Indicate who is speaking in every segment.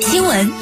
Speaker 1: 新闻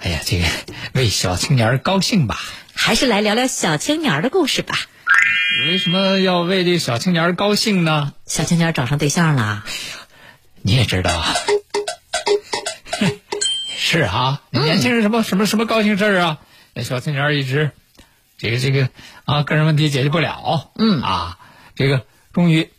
Speaker 2: 哎呀，这个为小青年儿高兴吧？
Speaker 1: 还是来聊聊小青年儿的故事吧。
Speaker 2: 为什么要为这小青年儿高兴呢？
Speaker 1: 小青年儿找上对象了，
Speaker 2: 你也知道啊， 是啊，年轻人什么、什么什么高兴事儿啊？那小青年儿一直，这个这个啊，个人问题解决不了，
Speaker 1: 嗯
Speaker 2: 啊，这个终于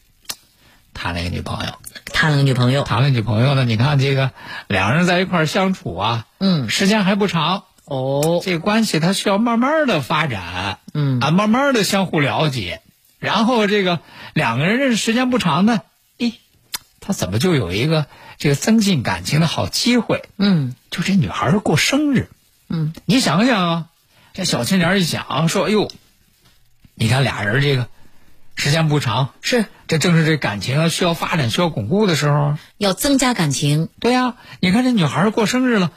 Speaker 2: 谈了一个女朋友，
Speaker 1: 谈了个女朋友，
Speaker 2: 谈了女朋友呢，你看这个两人在一块儿相处啊，
Speaker 1: 嗯
Speaker 2: 时间还不长，
Speaker 1: 哦，
Speaker 2: 这个关系它需要慢慢的发展，
Speaker 1: 嗯
Speaker 2: 啊，慢慢的相互了解，然后这个两个人认识时间不长呢，咦，他怎么就有一个这个增进感情的好机会？
Speaker 1: 嗯
Speaker 2: 就这女孩儿过生日，
Speaker 1: 嗯，
Speaker 2: 你想想啊，这小青年儿一想说，哎呦，你看俩人这个时间不长，
Speaker 1: 是
Speaker 2: 这正是这感情啊需要发展、需要巩固的时候。啊
Speaker 1: 要增加感情，
Speaker 2: 对呀、你看这女孩儿过生日了，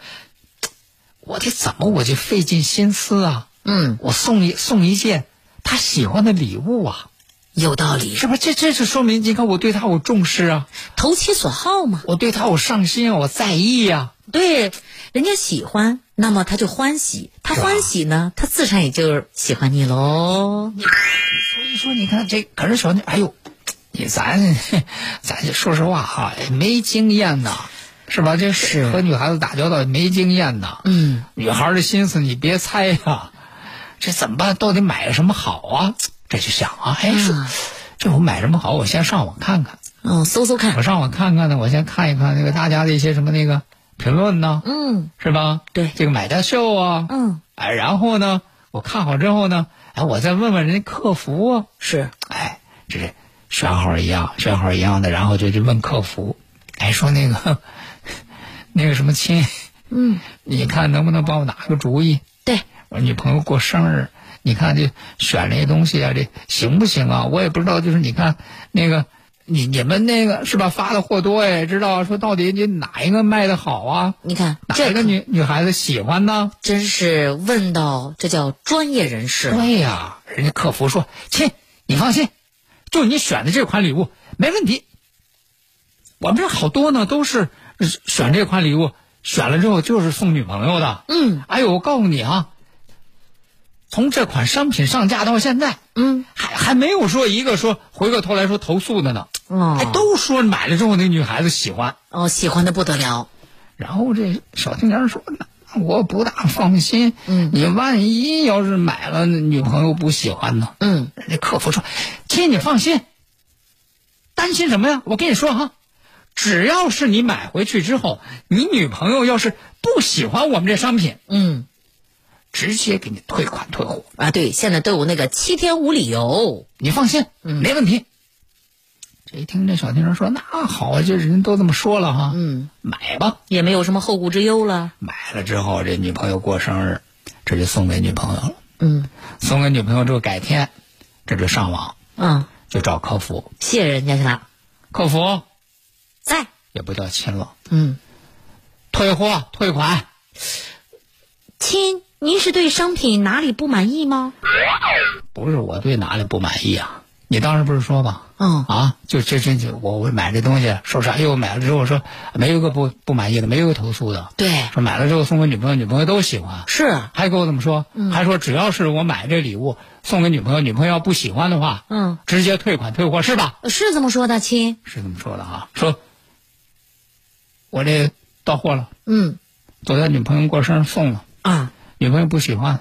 Speaker 2: 我得怎么我就费尽心思啊？
Speaker 1: 嗯，
Speaker 2: 我送一送一件她喜欢的礼物啊，
Speaker 1: 有道理，
Speaker 2: 是不是？这这就说明你看我对她我重视啊，
Speaker 1: 投其所好嘛。
Speaker 2: 我对她我上心啊，我在意啊。
Speaker 1: 对，人家喜欢，那么他就欢喜，他
Speaker 2: 是吧
Speaker 1: 欢喜呢，他自然也就喜欢你喽。
Speaker 2: 所以说你看这可是小女，哎呦，你咱 咱就说实话哈、没经验呐，是吧？这是和女孩子打交道没经验呐。
Speaker 1: 嗯，
Speaker 2: 女孩的心思你别猜呀、这怎么办？到底买什么好啊？这就想啊，哎，说
Speaker 1: 嗯
Speaker 2: 这我买什么好？我先上网看看，
Speaker 1: 嗯，搜搜
Speaker 2: 我
Speaker 1: 看，
Speaker 2: 上网看看呢，我先看一看那个大家的一些什么那个评论呢，
Speaker 1: 嗯
Speaker 2: 是吧？
Speaker 1: 对
Speaker 2: 这个买家秀啊，
Speaker 1: 嗯，
Speaker 2: 哎，然后呢，我看好之后呢，哎，我再问问人家客服啊，
Speaker 1: 是，
Speaker 2: 哎，这是选好一样，选好一样的，然后就去问客服，哎，说那个 那个什么亲，
Speaker 1: 嗯，
Speaker 2: 你看能不能帮我拿个主意？
Speaker 1: 对，
Speaker 2: 我女朋友过生日，你看这选这些东西啊，这行不行啊？我也不知道，就是你看那个你你们那个是吧？发的货多哎，知道说到底你哪一个卖的好啊？
Speaker 1: 你看
Speaker 2: 哪
Speaker 1: 这
Speaker 2: 一个
Speaker 1: 可
Speaker 2: 女女孩子喜欢呢？
Speaker 1: 真是问到这叫专业人士了。
Speaker 2: 对呀、人家客服说：“亲，你放心，就你选的这款礼物没问题。我们这儿好多呢，都是呃选这款礼物，选了之后就是送女朋友的。
Speaker 1: 嗯
Speaker 2: 哎呦，我告诉你啊，从这款商品上架到现在，
Speaker 1: 嗯，
Speaker 2: 还还没有说一个说回过头来说投诉的呢。
Speaker 1: 哦，
Speaker 2: 哎，都说买了之后那女孩子喜欢，
Speaker 1: 哦，喜欢的不得了。
Speaker 2: 然后这小青年说：“那我不大放心，
Speaker 1: 嗯
Speaker 2: 你万一要是买了，女朋友不喜欢呢？”
Speaker 1: 嗯，
Speaker 2: 人家客服说：“亲，你放心，担心什么呀？我跟你说哈，只要是你买回去之后，你女朋友要是不喜欢我们这商品，
Speaker 1: 嗯
Speaker 2: 直接给你退款退货。
Speaker 1: 啊，对，现在都有那个七天无理由。
Speaker 2: 你放心，没问题。”嗯这一听，这小青人说：“那好啊，这人都这么说了哈，
Speaker 1: 嗯，
Speaker 2: 买吧。
Speaker 1: 也没有什么后顾之忧了。
Speaker 2: 买了之后，这女朋友过生日，这就送给女朋友了。
Speaker 1: 嗯
Speaker 2: 送给女朋友之后，改天这就上网
Speaker 1: 啊，
Speaker 2: 就找客服，
Speaker 1: 谢人家去了，
Speaker 2: 客服
Speaker 1: 在。
Speaker 2: 也不叫亲了，
Speaker 1: 嗯，
Speaker 2: 退货退款。”
Speaker 1: 亲，您是对商品哪里不满意吗？
Speaker 2: 不是我对哪里不满意啊？你当时不是说吗？
Speaker 1: 嗯
Speaker 2: 啊，就这这这，我我买这东西，说啥？哎呦，买了之后说没有一个不不满意的，没有一个投诉的。
Speaker 1: 对
Speaker 2: 说买了之后送给女朋友，女朋友都喜欢，
Speaker 1: 是啊，
Speaker 2: 还给我怎么说？还说只要是我买这礼物送给女朋友，女朋友要不喜欢的话，
Speaker 1: 嗯，
Speaker 2: 直接退款退货是吧？
Speaker 1: 是这么说的，亲。
Speaker 2: 是这么说的啊？说我这到货了，
Speaker 1: 嗯
Speaker 2: 昨天女朋友过生日送了，
Speaker 1: 啊，
Speaker 2: 女朋友不喜欢，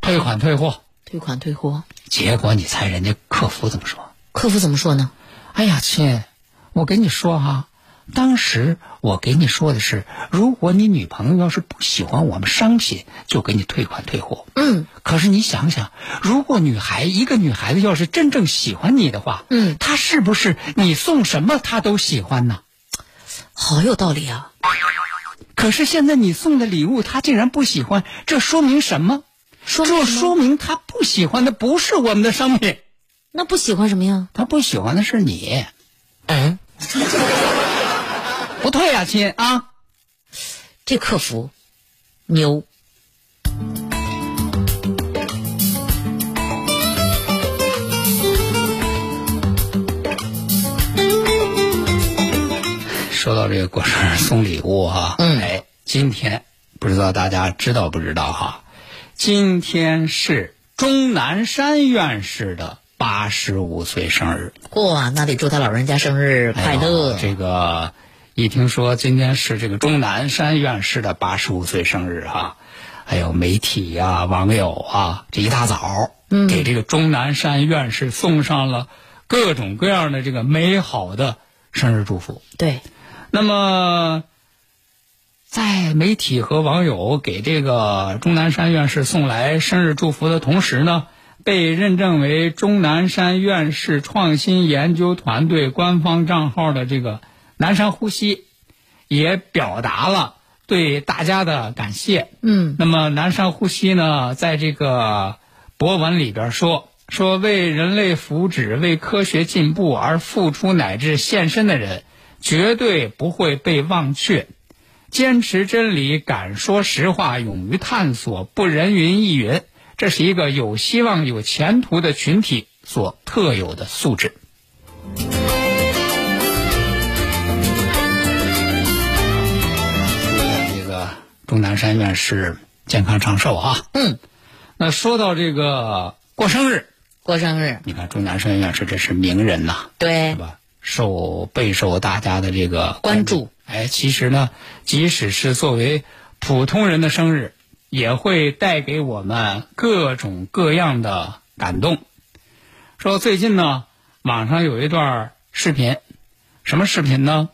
Speaker 2: 退款退货。
Speaker 1: 退款退货，
Speaker 2: 结果你猜人家客服怎么说？
Speaker 1: 客服怎么说呢？
Speaker 2: 哎呀，亲，我跟你说哈、当时我给你说的是，如果你女朋友要是不喜欢我们商品，就给你退款退货。
Speaker 1: 嗯，
Speaker 2: 可是你想想，如果女孩一个女孩子要是真正喜欢你的话，
Speaker 1: 嗯
Speaker 2: 她是不是你送什么她都喜欢呢？
Speaker 1: 好有道理啊。
Speaker 2: 可是现在你送的礼物她竟然不喜欢，这说明什么？
Speaker 1: 说
Speaker 2: 这
Speaker 1: 明什么
Speaker 2: 说明她不喜欢的不是我们的商品，
Speaker 1: 那不喜欢什么呀？
Speaker 2: 她不喜欢的是你。嗯，不退呀、亲啊！
Speaker 1: 这客服牛。
Speaker 2: 说到这个过生日送礼物哈、
Speaker 1: 嗯
Speaker 2: 哎，今天不知道大家知道不知道哈、今天是钟南山院士的八十五岁生日，
Speaker 1: 哇，啊那得祝他老人家生日快乐。
Speaker 2: 哎呦这个一听说今天是这个钟南山院士的八十五岁生日哈、还有媒体啊、网友啊，这一大早，嗯，给这个钟南山院士送上了各种各样的这个美好的生日祝福。
Speaker 1: 对，
Speaker 2: 那么，在媒体和网友给这个钟南山院士送来生日祝福的同时呢，被认证为钟南山院士创新研究团队官方账号的这个南山呼吸，也表达了对大家的感谢。
Speaker 1: 嗯
Speaker 2: 那么南山呼吸呢，在这个博文里边说说为人类福祉、为科学进步而付出乃至献身的人，绝对不会被忘却。坚持真理，敢说实话，勇于探索，不人云亦云，这是一个有希望、有前途的群体所特有的素质。这个钟南山院士健康长寿啊！
Speaker 1: 嗯，
Speaker 2: 那说到这个过生日，
Speaker 1: 过生日，
Speaker 2: 你看钟南山院士这是名人呐、
Speaker 1: 对
Speaker 2: 是，吧？受备受大家的这个
Speaker 1: 关注。
Speaker 2: 哎，其实呢，即使是作为普通人的生日，也会带给我们各种各样的感动。说最近呢，网上有一段视频，什么视频呢？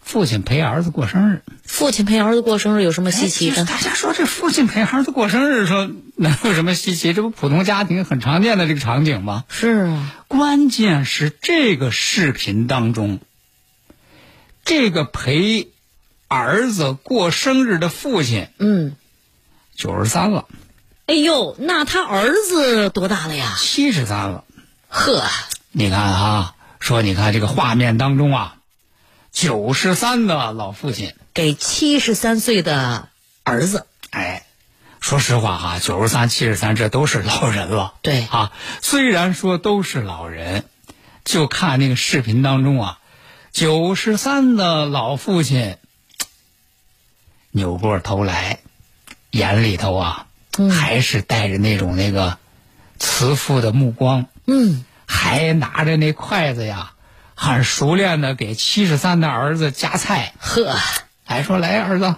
Speaker 2: 父亲陪儿子过生日，
Speaker 1: 父亲陪儿子过生日有什么稀
Speaker 2: 哎其
Speaker 1: 奇
Speaker 2: 实
Speaker 1: 的？
Speaker 2: 大家说这父亲陪孩子过生日，说能有什么稀奇？这不普通家庭很常见的这个场景吗？
Speaker 1: 是啊，
Speaker 2: 关键是这个视频当中，这个陪儿子过生日的父亲
Speaker 1: 嗯，
Speaker 2: 九十三了，
Speaker 1: 哎呦，那他儿子多大了呀？
Speaker 2: 七十三了。
Speaker 1: 呵，
Speaker 2: 你看啊，说你看这个画面当中啊，九十三的老父亲，
Speaker 1: 给七十三岁的儿子，
Speaker 2: 哎，说实话哈、九十三、七十三，这都是老人了。
Speaker 1: 对
Speaker 2: 啊，虽然说都是老人，就看那个视频当中啊，九十三的老父亲嘖扭过头来，眼里头啊，
Speaker 1: 嗯
Speaker 2: 还是带着那种那个慈父的目光，
Speaker 1: 嗯，
Speaker 2: 还拿着那筷子呀，很熟练的给七十三的儿子夹菜，
Speaker 1: 呵，啊
Speaker 2: 还说：“来，儿子，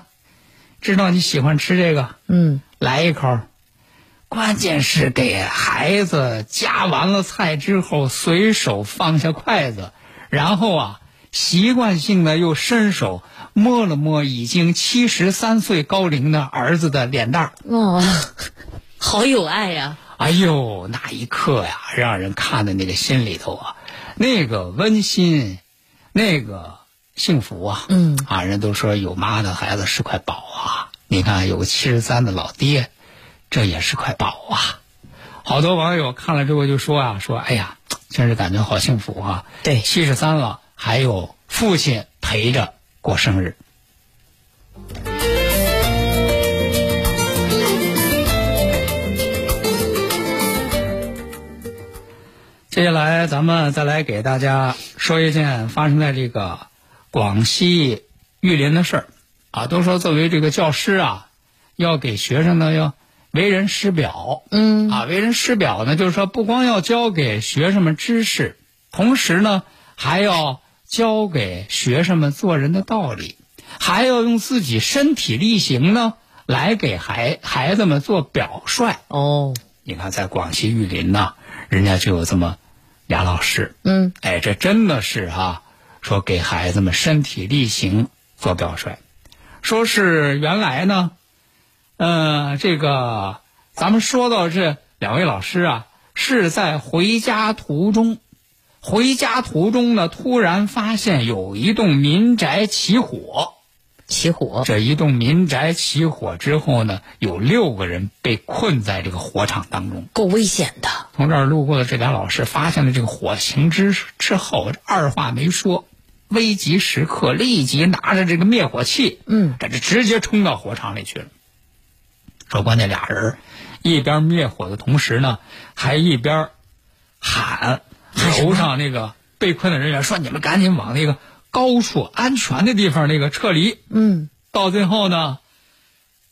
Speaker 2: 知道你喜欢吃这个。”
Speaker 1: 嗯，
Speaker 2: 来一口。关键是给孩子夹完了菜之后，随手放下筷子，然后啊，习惯性的又伸手摸了摸已经七十三岁高龄的儿子的脸蛋儿。
Speaker 1: 哦， 好有爱呀、
Speaker 2: 哎呦，那一刻呀，让人看的那个心里头啊，那个温馨，那个幸福啊，
Speaker 1: 嗯
Speaker 2: 啊，人都说有妈的孩子是块宝啊，你看有个七十三的老爹，这也是块宝啊。好多网友看了之后就说啊，说哎呀，真是感觉好幸福啊，
Speaker 1: 对
Speaker 2: 七十三了，还有父亲陪着过生日。接下来，咱们再来给大家说一件发生在这个广西玉林的事儿啊。都说作为这个教师啊，要给学生呢要为人师表，
Speaker 1: 嗯
Speaker 2: 啊，为人师表呢，就是说不光要教给学生们知识，同时呢还要教给学生们做人的道理，还要用自己身体力行呢来给孩孩子们做表率。
Speaker 1: 哦，
Speaker 2: 你看，在广西玉林呐、人家就有这么俩老师，
Speaker 1: 嗯，
Speaker 2: 哎，这真的是哈、说给孩子们身体力行做表率。说是原来呢，呃，这个咱们说到这两位老师啊，是在回家途中，回家途中呢，突然发现有一栋民宅起火。
Speaker 1: 起火，
Speaker 2: 这一栋民宅起火之后呢，有六个人被困在这个火场当中。
Speaker 1: 够危险的。
Speaker 2: 从这儿路过的这俩老师发现了这个火情之之后，二话没说，危急时刻立即拿着这个灭火器，
Speaker 1: 嗯，
Speaker 2: 这就直接冲到火场里去了。说关键俩人一边灭火的同时呢，还一边喊楼上那个被困的人员说：“你们赶紧往那个高处安全的地方那个撤离。”
Speaker 1: 嗯，
Speaker 2: 到最后呢，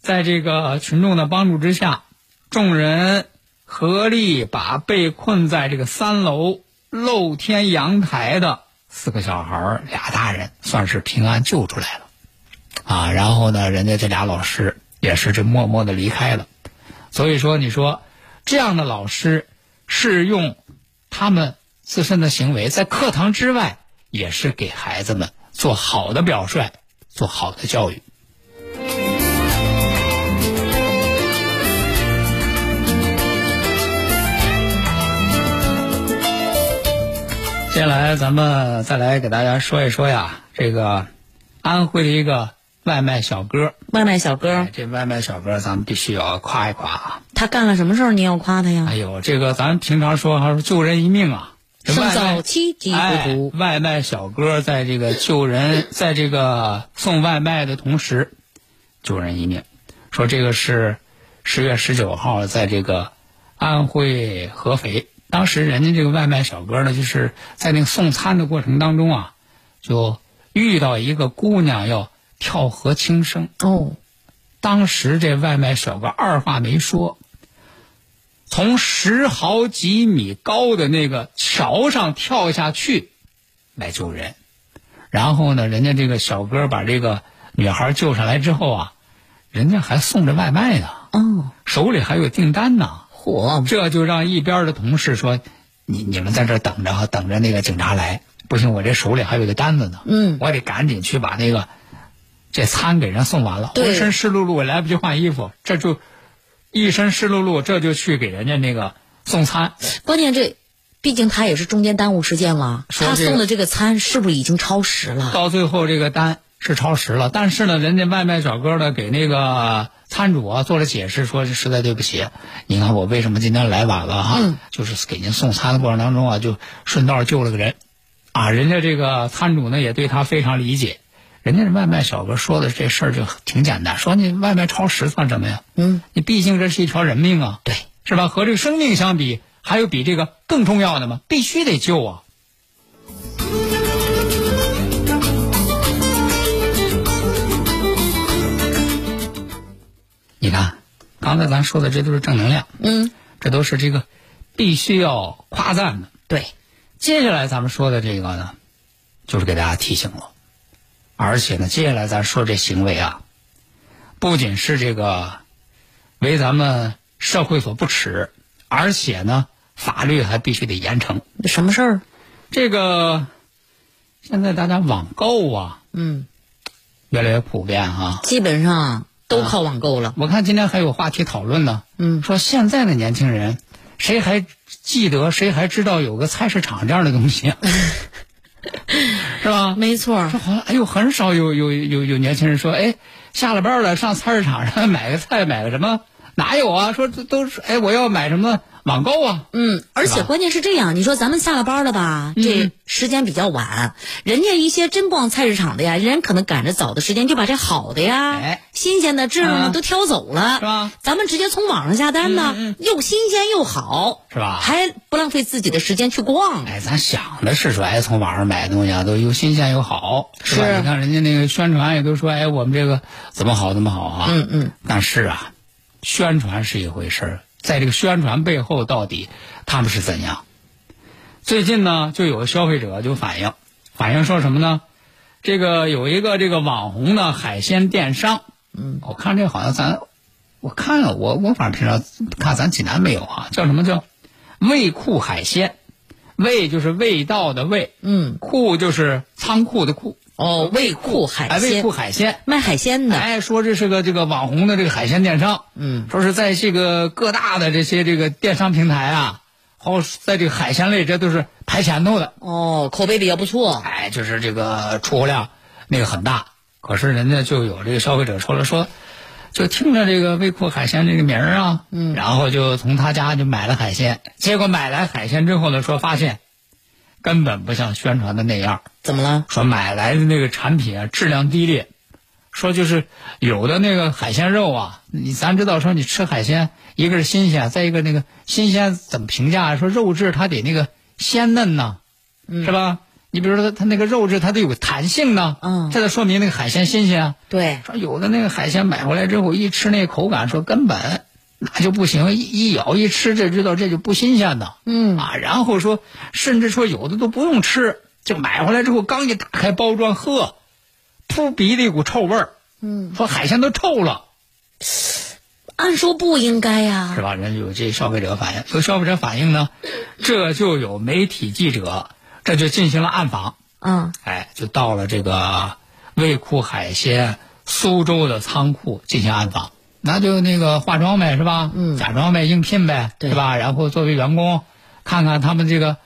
Speaker 2: 在这个群众的帮助之下，众人合力把被困在这个三楼露天阳台的四个小孩儿俩大人，算是平安救出来了。啊，然后呢，人家这俩老师也是这默默的离开了。所以说，你说这样的老师是用他们自身的行为，在课堂之外，也是给孩子们做好的表率，做好的教育。接下来，咱们再来给大家说一说呀，这个安徽的一个外卖小哥。
Speaker 1: 外卖小哥
Speaker 2: 哎，这外卖小哥咱们必须要夸一夸啊！
Speaker 1: 他干了什么事儿？你要夸他呀？
Speaker 2: 哎呦，这个咱平常说还是救人一命啊，这
Speaker 1: 胜
Speaker 2: 外卖
Speaker 1: 造七级
Speaker 2: 哎
Speaker 1: 浮屠。，
Speaker 2: 外卖小哥在这个救人，在这个送外卖的同时，救人一命。说这个是十月十九号，在这个安徽合肥，当时人家这个外卖小哥呢，就是在那个送餐的过程当中啊，就遇到一个姑娘要跳河轻生。
Speaker 1: 哦，
Speaker 2: 当时这外卖小哥二话没说，从十好几米高的那个桥上跳下去来救人。然后呢，人家这个小哥把这个女孩救上来之后啊，人家还送着外卖呢，
Speaker 1: 哦，
Speaker 2: 手里还有订单呢。
Speaker 1: 火，
Speaker 2: 这就让一边的同事说：“你你们在这儿等着，等着那个警察来。不行，我这手里还有个单子呢，
Speaker 1: 嗯
Speaker 2: 我得赶紧去把那个这餐给人送完了，
Speaker 1: 对
Speaker 2: 浑身湿漉漉，我来不及换衣服，这就一身湿漉漉，这就去给人家那个送餐。
Speaker 1: 关键这，毕竟他也是中间耽误时间了。
Speaker 2: 说
Speaker 1: 他
Speaker 2: 这个
Speaker 1: 送的这个餐是不是已经超时了？
Speaker 2: 到最后这个单是超时了，但是呢，人家外卖小哥呢给那个餐主啊做了解释，说是实在对不起，您看我为什么今天来晚了哈、
Speaker 1: 嗯
Speaker 2: 就是给您送餐的过程当中啊，就顺道救了个人，啊，人家这个餐主呢也对他非常理解，人家外卖小哥说的这事儿就挺简单，说你外卖超时算什么呀？
Speaker 1: 嗯，
Speaker 2: 你毕竟这是一条人命啊，
Speaker 1: 对，
Speaker 2: 是吧？和这个生命相比，还有比这个更重要的吗？必须得救啊！你看，刚才咱说的这都是正能量，
Speaker 1: 嗯，
Speaker 2: 这都是这个必须要夸赞的。
Speaker 1: 对，
Speaker 2: 接下来咱们说的这个呢，就是给大家提醒了，而且呢，接下来咱说这行为啊，不仅是这个为咱们社会所不齿，而且呢，法律还必须得严惩。
Speaker 1: 什么事儿？
Speaker 2: 这个现在大家网购啊，
Speaker 1: 嗯，
Speaker 2: 越来越普遍哈、
Speaker 1: 基本上都靠网购了。
Speaker 2: 我看今天还有话题讨论呢，
Speaker 1: 嗯
Speaker 2: 说现在的年轻人，谁还记得，谁还知道有个菜市场这样的东西、啊，是吧？
Speaker 1: 没错儿
Speaker 2: 说，好像哎呦，很少有有有有年轻人说，哎，下了班了上菜市场上买个菜，买个什么？哪有啊？说这都是哎，我要买什么网购啊？
Speaker 1: 嗯，而
Speaker 2: 是
Speaker 1: 且
Speaker 2: 吧嗯
Speaker 1: 关键是这样，你说咱们下了班了吧？这时间比较晚，人家一些真逛菜市场的呀，人家可能赶着早的时间就把这好的呀、
Speaker 2: 哎
Speaker 1: 新鲜的、质量
Speaker 2: 啊
Speaker 1: 的都挑走了，
Speaker 2: 是吧？
Speaker 1: 咱们直接从网上下单呢，
Speaker 2: 嗯
Speaker 1: 又新鲜又好，
Speaker 2: 是吧
Speaker 1: 还不浪费自己的时间去逛，
Speaker 2: 哎，咱想的是说，哎，从网上买的东西啊，都又新鲜又好，是吧？
Speaker 1: 是
Speaker 2: 你看人家那个宣传也都说，哎，我们这个怎么好怎么好啊。
Speaker 1: 嗯嗯。
Speaker 2: 但是啊，宣传是一回事儿，在这个宣传背后到底他们是怎样？最近呢，就有消费者就反映反映说什么呢？这个有一个这个网红的海鲜电商，嗯，我看这好像咱，我看了我我反正知道，看咱济南没有啊，叫什么叫味库海鲜，味就是味道的味，
Speaker 1: 嗯，
Speaker 2: 库就是仓库的库，
Speaker 1: 哦，味库海
Speaker 2: 哎，味
Speaker 1: 鲜
Speaker 2: 库，海鲜。
Speaker 1: 卖海鲜的，
Speaker 2: 哎，说这是个这个网红的这个海鲜电商，
Speaker 1: 嗯，
Speaker 2: 说是在这个各大的这些这个电商平台啊，然后在这个海鲜类这都是排前头的，
Speaker 1: 哦，口碑比较不错，
Speaker 2: 哎，就是这个出货量那个很大，可是人家就有这个消费者说了说，就听着这个味库海鲜这个名儿啊，嗯，然后就从他家就买了海鲜，结果买来海鲜之后呢，说发现根本不像宣传的那样，
Speaker 1: 怎么了？
Speaker 2: 说买来的那个产品啊质量低劣，说就是有的那个海鲜肉啊，你咱知道说你吃海鲜，一个是新鲜，再一个那个新鲜怎么评价啊？说肉质它得那个鲜嫩呐、是吧？你比如说它它那个肉质它得有弹性呢，
Speaker 1: 嗯
Speaker 2: 这就说明那个海鲜新鲜啊。
Speaker 1: 对，
Speaker 2: 说有的那个海鲜买回来之后一吃那口感，说根本那就不行，一一咬一吃这知道这就不新鲜的，
Speaker 1: 嗯
Speaker 2: 啊，然后说甚至说有的都不用吃，就买回来之后刚一打开包装，呵，扑鼻的一股臭味儿，
Speaker 1: 嗯，
Speaker 2: 说海鲜都臭了，
Speaker 1: 按说不应该呀、
Speaker 2: 是吧？人家有这消费者反映，有消费者反映呢，这就有媒体记者这就进行了暗访，
Speaker 1: 嗯，
Speaker 2: 哎，就到了这个味库海鲜苏州的仓库进行暗访。那就那个化妆呗，是吧？
Speaker 1: 嗯
Speaker 2: 假装呗，应聘呗，
Speaker 1: 对
Speaker 2: 是吧？然后作为员工，看看他们这个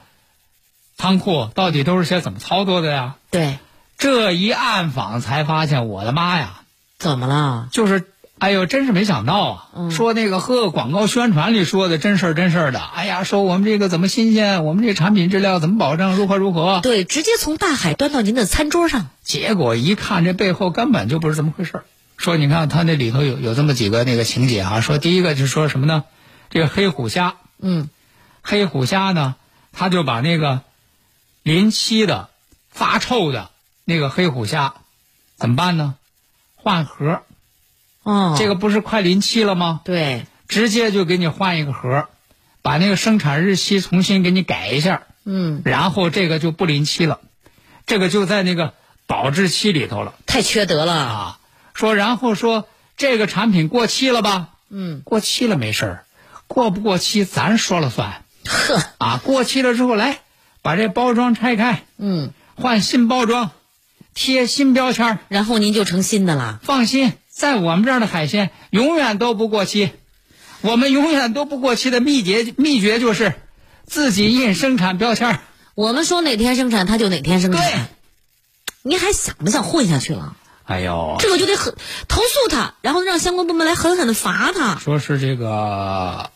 Speaker 2: 仓库到底都是些怎么操作的呀？
Speaker 1: 对，
Speaker 2: 这一暗访才发现，我的妈呀！
Speaker 1: 怎么了？
Speaker 2: 就是，哎呦，真是没想到啊！
Speaker 1: 嗯
Speaker 2: 说那个呵，广告宣传里说的真事儿真事儿的，哎呀，说我们这个怎么新鲜，我们这产品质量怎么保证，如何如何。
Speaker 1: 对，直接从大海端到您的餐桌上，
Speaker 2: 结果一看，这背后根本就不是这么回事儿。说你看他那里头有有这么几个那个情节啊，说第一个就是说什么呢？这个黑虎虾，
Speaker 1: 嗯，
Speaker 2: 黑虎虾呢，他就把那个临期的发臭的那个黑虎虾怎么办呢？换盒儿，
Speaker 1: 哦，
Speaker 2: 这个不是快临期了吗？
Speaker 1: 对，
Speaker 2: 直接就给你换一个盒儿，把那个生产日期重新给你改一下，
Speaker 1: 嗯，
Speaker 2: 然后这个就不临期了，这个就在那个保质期里头了。
Speaker 1: 太缺德了，
Speaker 2: 啊，说然后说这个产品过期了吧？
Speaker 1: 嗯，
Speaker 2: 过期了没事儿，过不过期咱说了算
Speaker 1: 呵，
Speaker 2: 啊。过期了之后来把这包装拆开，
Speaker 1: 嗯，
Speaker 2: 换新包装，贴新标签儿。
Speaker 1: 然后您就成新的了，
Speaker 2: 放心，在我们这儿的海鲜永远都不过期，我们永远都不过期的秘诀秘诀就是自己印生产标签儿。
Speaker 1: 我们说哪天生产，他就哪天生
Speaker 2: 对
Speaker 1: 产，您还想不想混下去了？
Speaker 2: 哎呦
Speaker 1: 这个就得很投诉他，然后让相关部门来狠狠的罚他。
Speaker 2: 说是这个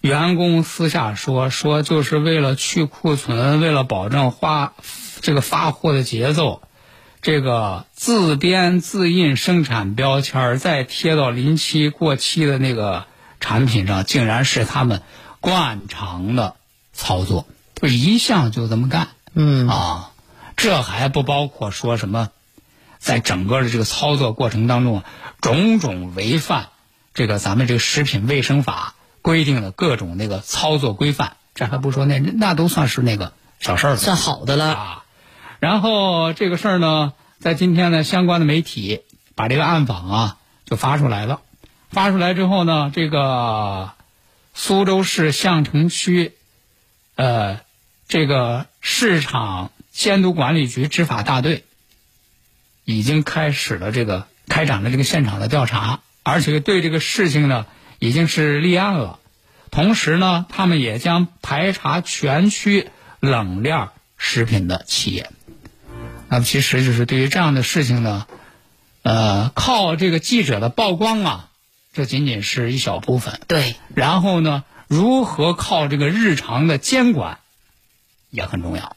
Speaker 2: 员工私下说说，就是为了去库存，为了保证花这个发货的节奏，这个自编自印生产标签儿，再贴到临期过期的那个产品上，竟然是他们惯常的操作，就一向就这么干。
Speaker 1: 嗯
Speaker 2: 啊，这还不包括说什么，在整个的这个操作过程当中，啊种种违反这个咱们这个食品卫生法规定的各种那个操作规范，这还不说那那都算是那个小事儿了，
Speaker 1: 算好的了。
Speaker 2: 啊。然后这个事儿呢，在今天呢，相关的媒体把这个暗访啊就发出来了。发出来之后呢，这个苏州市相城区，呃，这个市场监督管理局执法大队已经开始了这个开展了这个现场的调查，而且对这个事情呢已经是立案了。同时呢，他们也将排查全区冷链食品的企业。那么，其实就是对于这样的事情呢，呃，靠这个记者的曝光啊，这仅仅是一小部分。
Speaker 1: 对，
Speaker 2: 然后呢，如何靠这个日常的监管也很重要。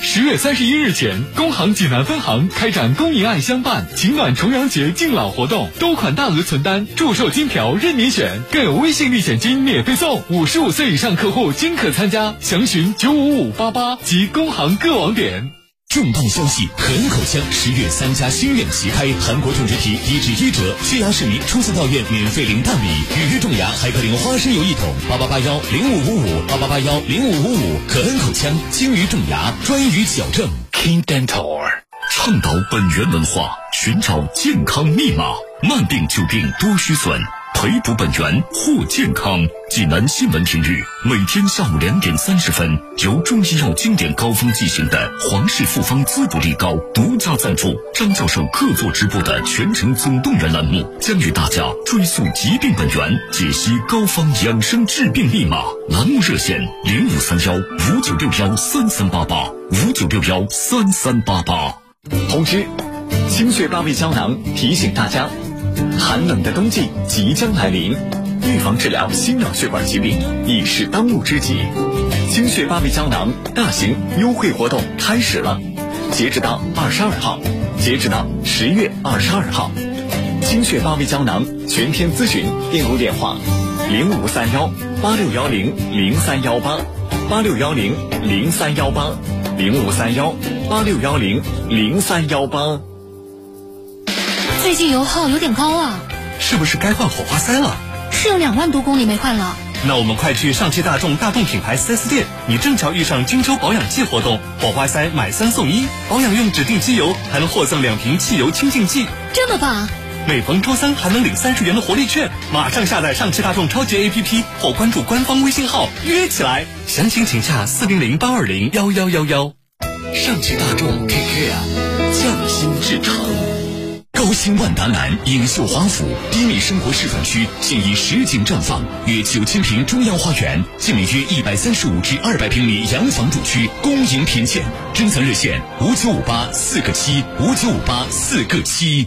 Speaker 3: 十月三十一日前，工行济南分行开展“公益爱相伴”晴暖重阳节敬老活动，多款大额存单、祝寿金条任您选，更有微信立减金免费送，五十五岁以上客户均可参加。详询九五五八八及工行各网点。
Speaker 4: 重磅消息！很口腔十月三家新店齐开，韩国种植皮一至一折，缺牙市民初次到院免费零大米，预约种牙还可领花生油一桶。八八八幺零五五五八八八幺零五五五，可恩口腔精于种牙，专于矫正。
Speaker 5: King Dental，倡导本源文化，寻找健康密码。慢病久病多虚损，培补本源护健康。济南新闻频率每天下午两点三十分，由中医药经典高方进行的皇氏复方滋补力高独家赞助，张教授客座直播的全程总动员栏目，将与大家追溯疾病本源，解析高方养生治病密码。栏目热线零五三幺五九六幺三三八八五九六幺三三八八。
Speaker 4: 通知：清血八味胶囊提醒大家，寒冷的冬季即将来临，预防治疗心脑血管疾病已是当务之急。清血八味胶囊大型优惠活动开始了，截止到二十二号，截止到十月二十二号。清血八味胶囊全天咨询订购电话：零五三幺八六幺零零三幺八八六幺零零三幺八零五三幺八六幺零零三幺八。
Speaker 6: 最近油耗有点高啊，
Speaker 4: 是不是该换火花塞了？
Speaker 6: 是有两万多公里没换了。
Speaker 4: 那我们快去上汽大众大众品牌 4S 店，你正巧遇上金州保养季活动，火花塞买三送一，保养用指定机油还能获赠两瓶汽油清净剂。
Speaker 6: 这么棒，
Speaker 4: 每逢周三还能领三十元的活力券，马上下载上汽大众超级 APP 或关注官方微信号约起来。详情请洽四零零八二零幺幺幺幺。上汽大众 KK 啊，匠心制成。高新万达南锦绣华府低密生活示范区现已实景绽放，约九千平中央花园，建立约一百三十五至二百平米洋房主区，恭迎品鉴。征层热线五九五八四个七五九五八四个七。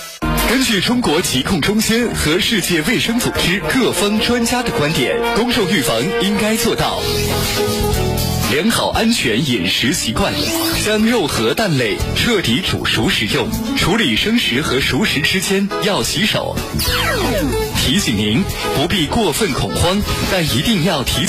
Speaker 4: 根据中国疾控中心和世界卫生组织各方专家的观点，公众预防应该做到良好安全饮食习惯，将肉和蛋类彻底煮熟食用，处理生食和熟食之间要洗手。提醒您不必过分恐慌，但一定要提。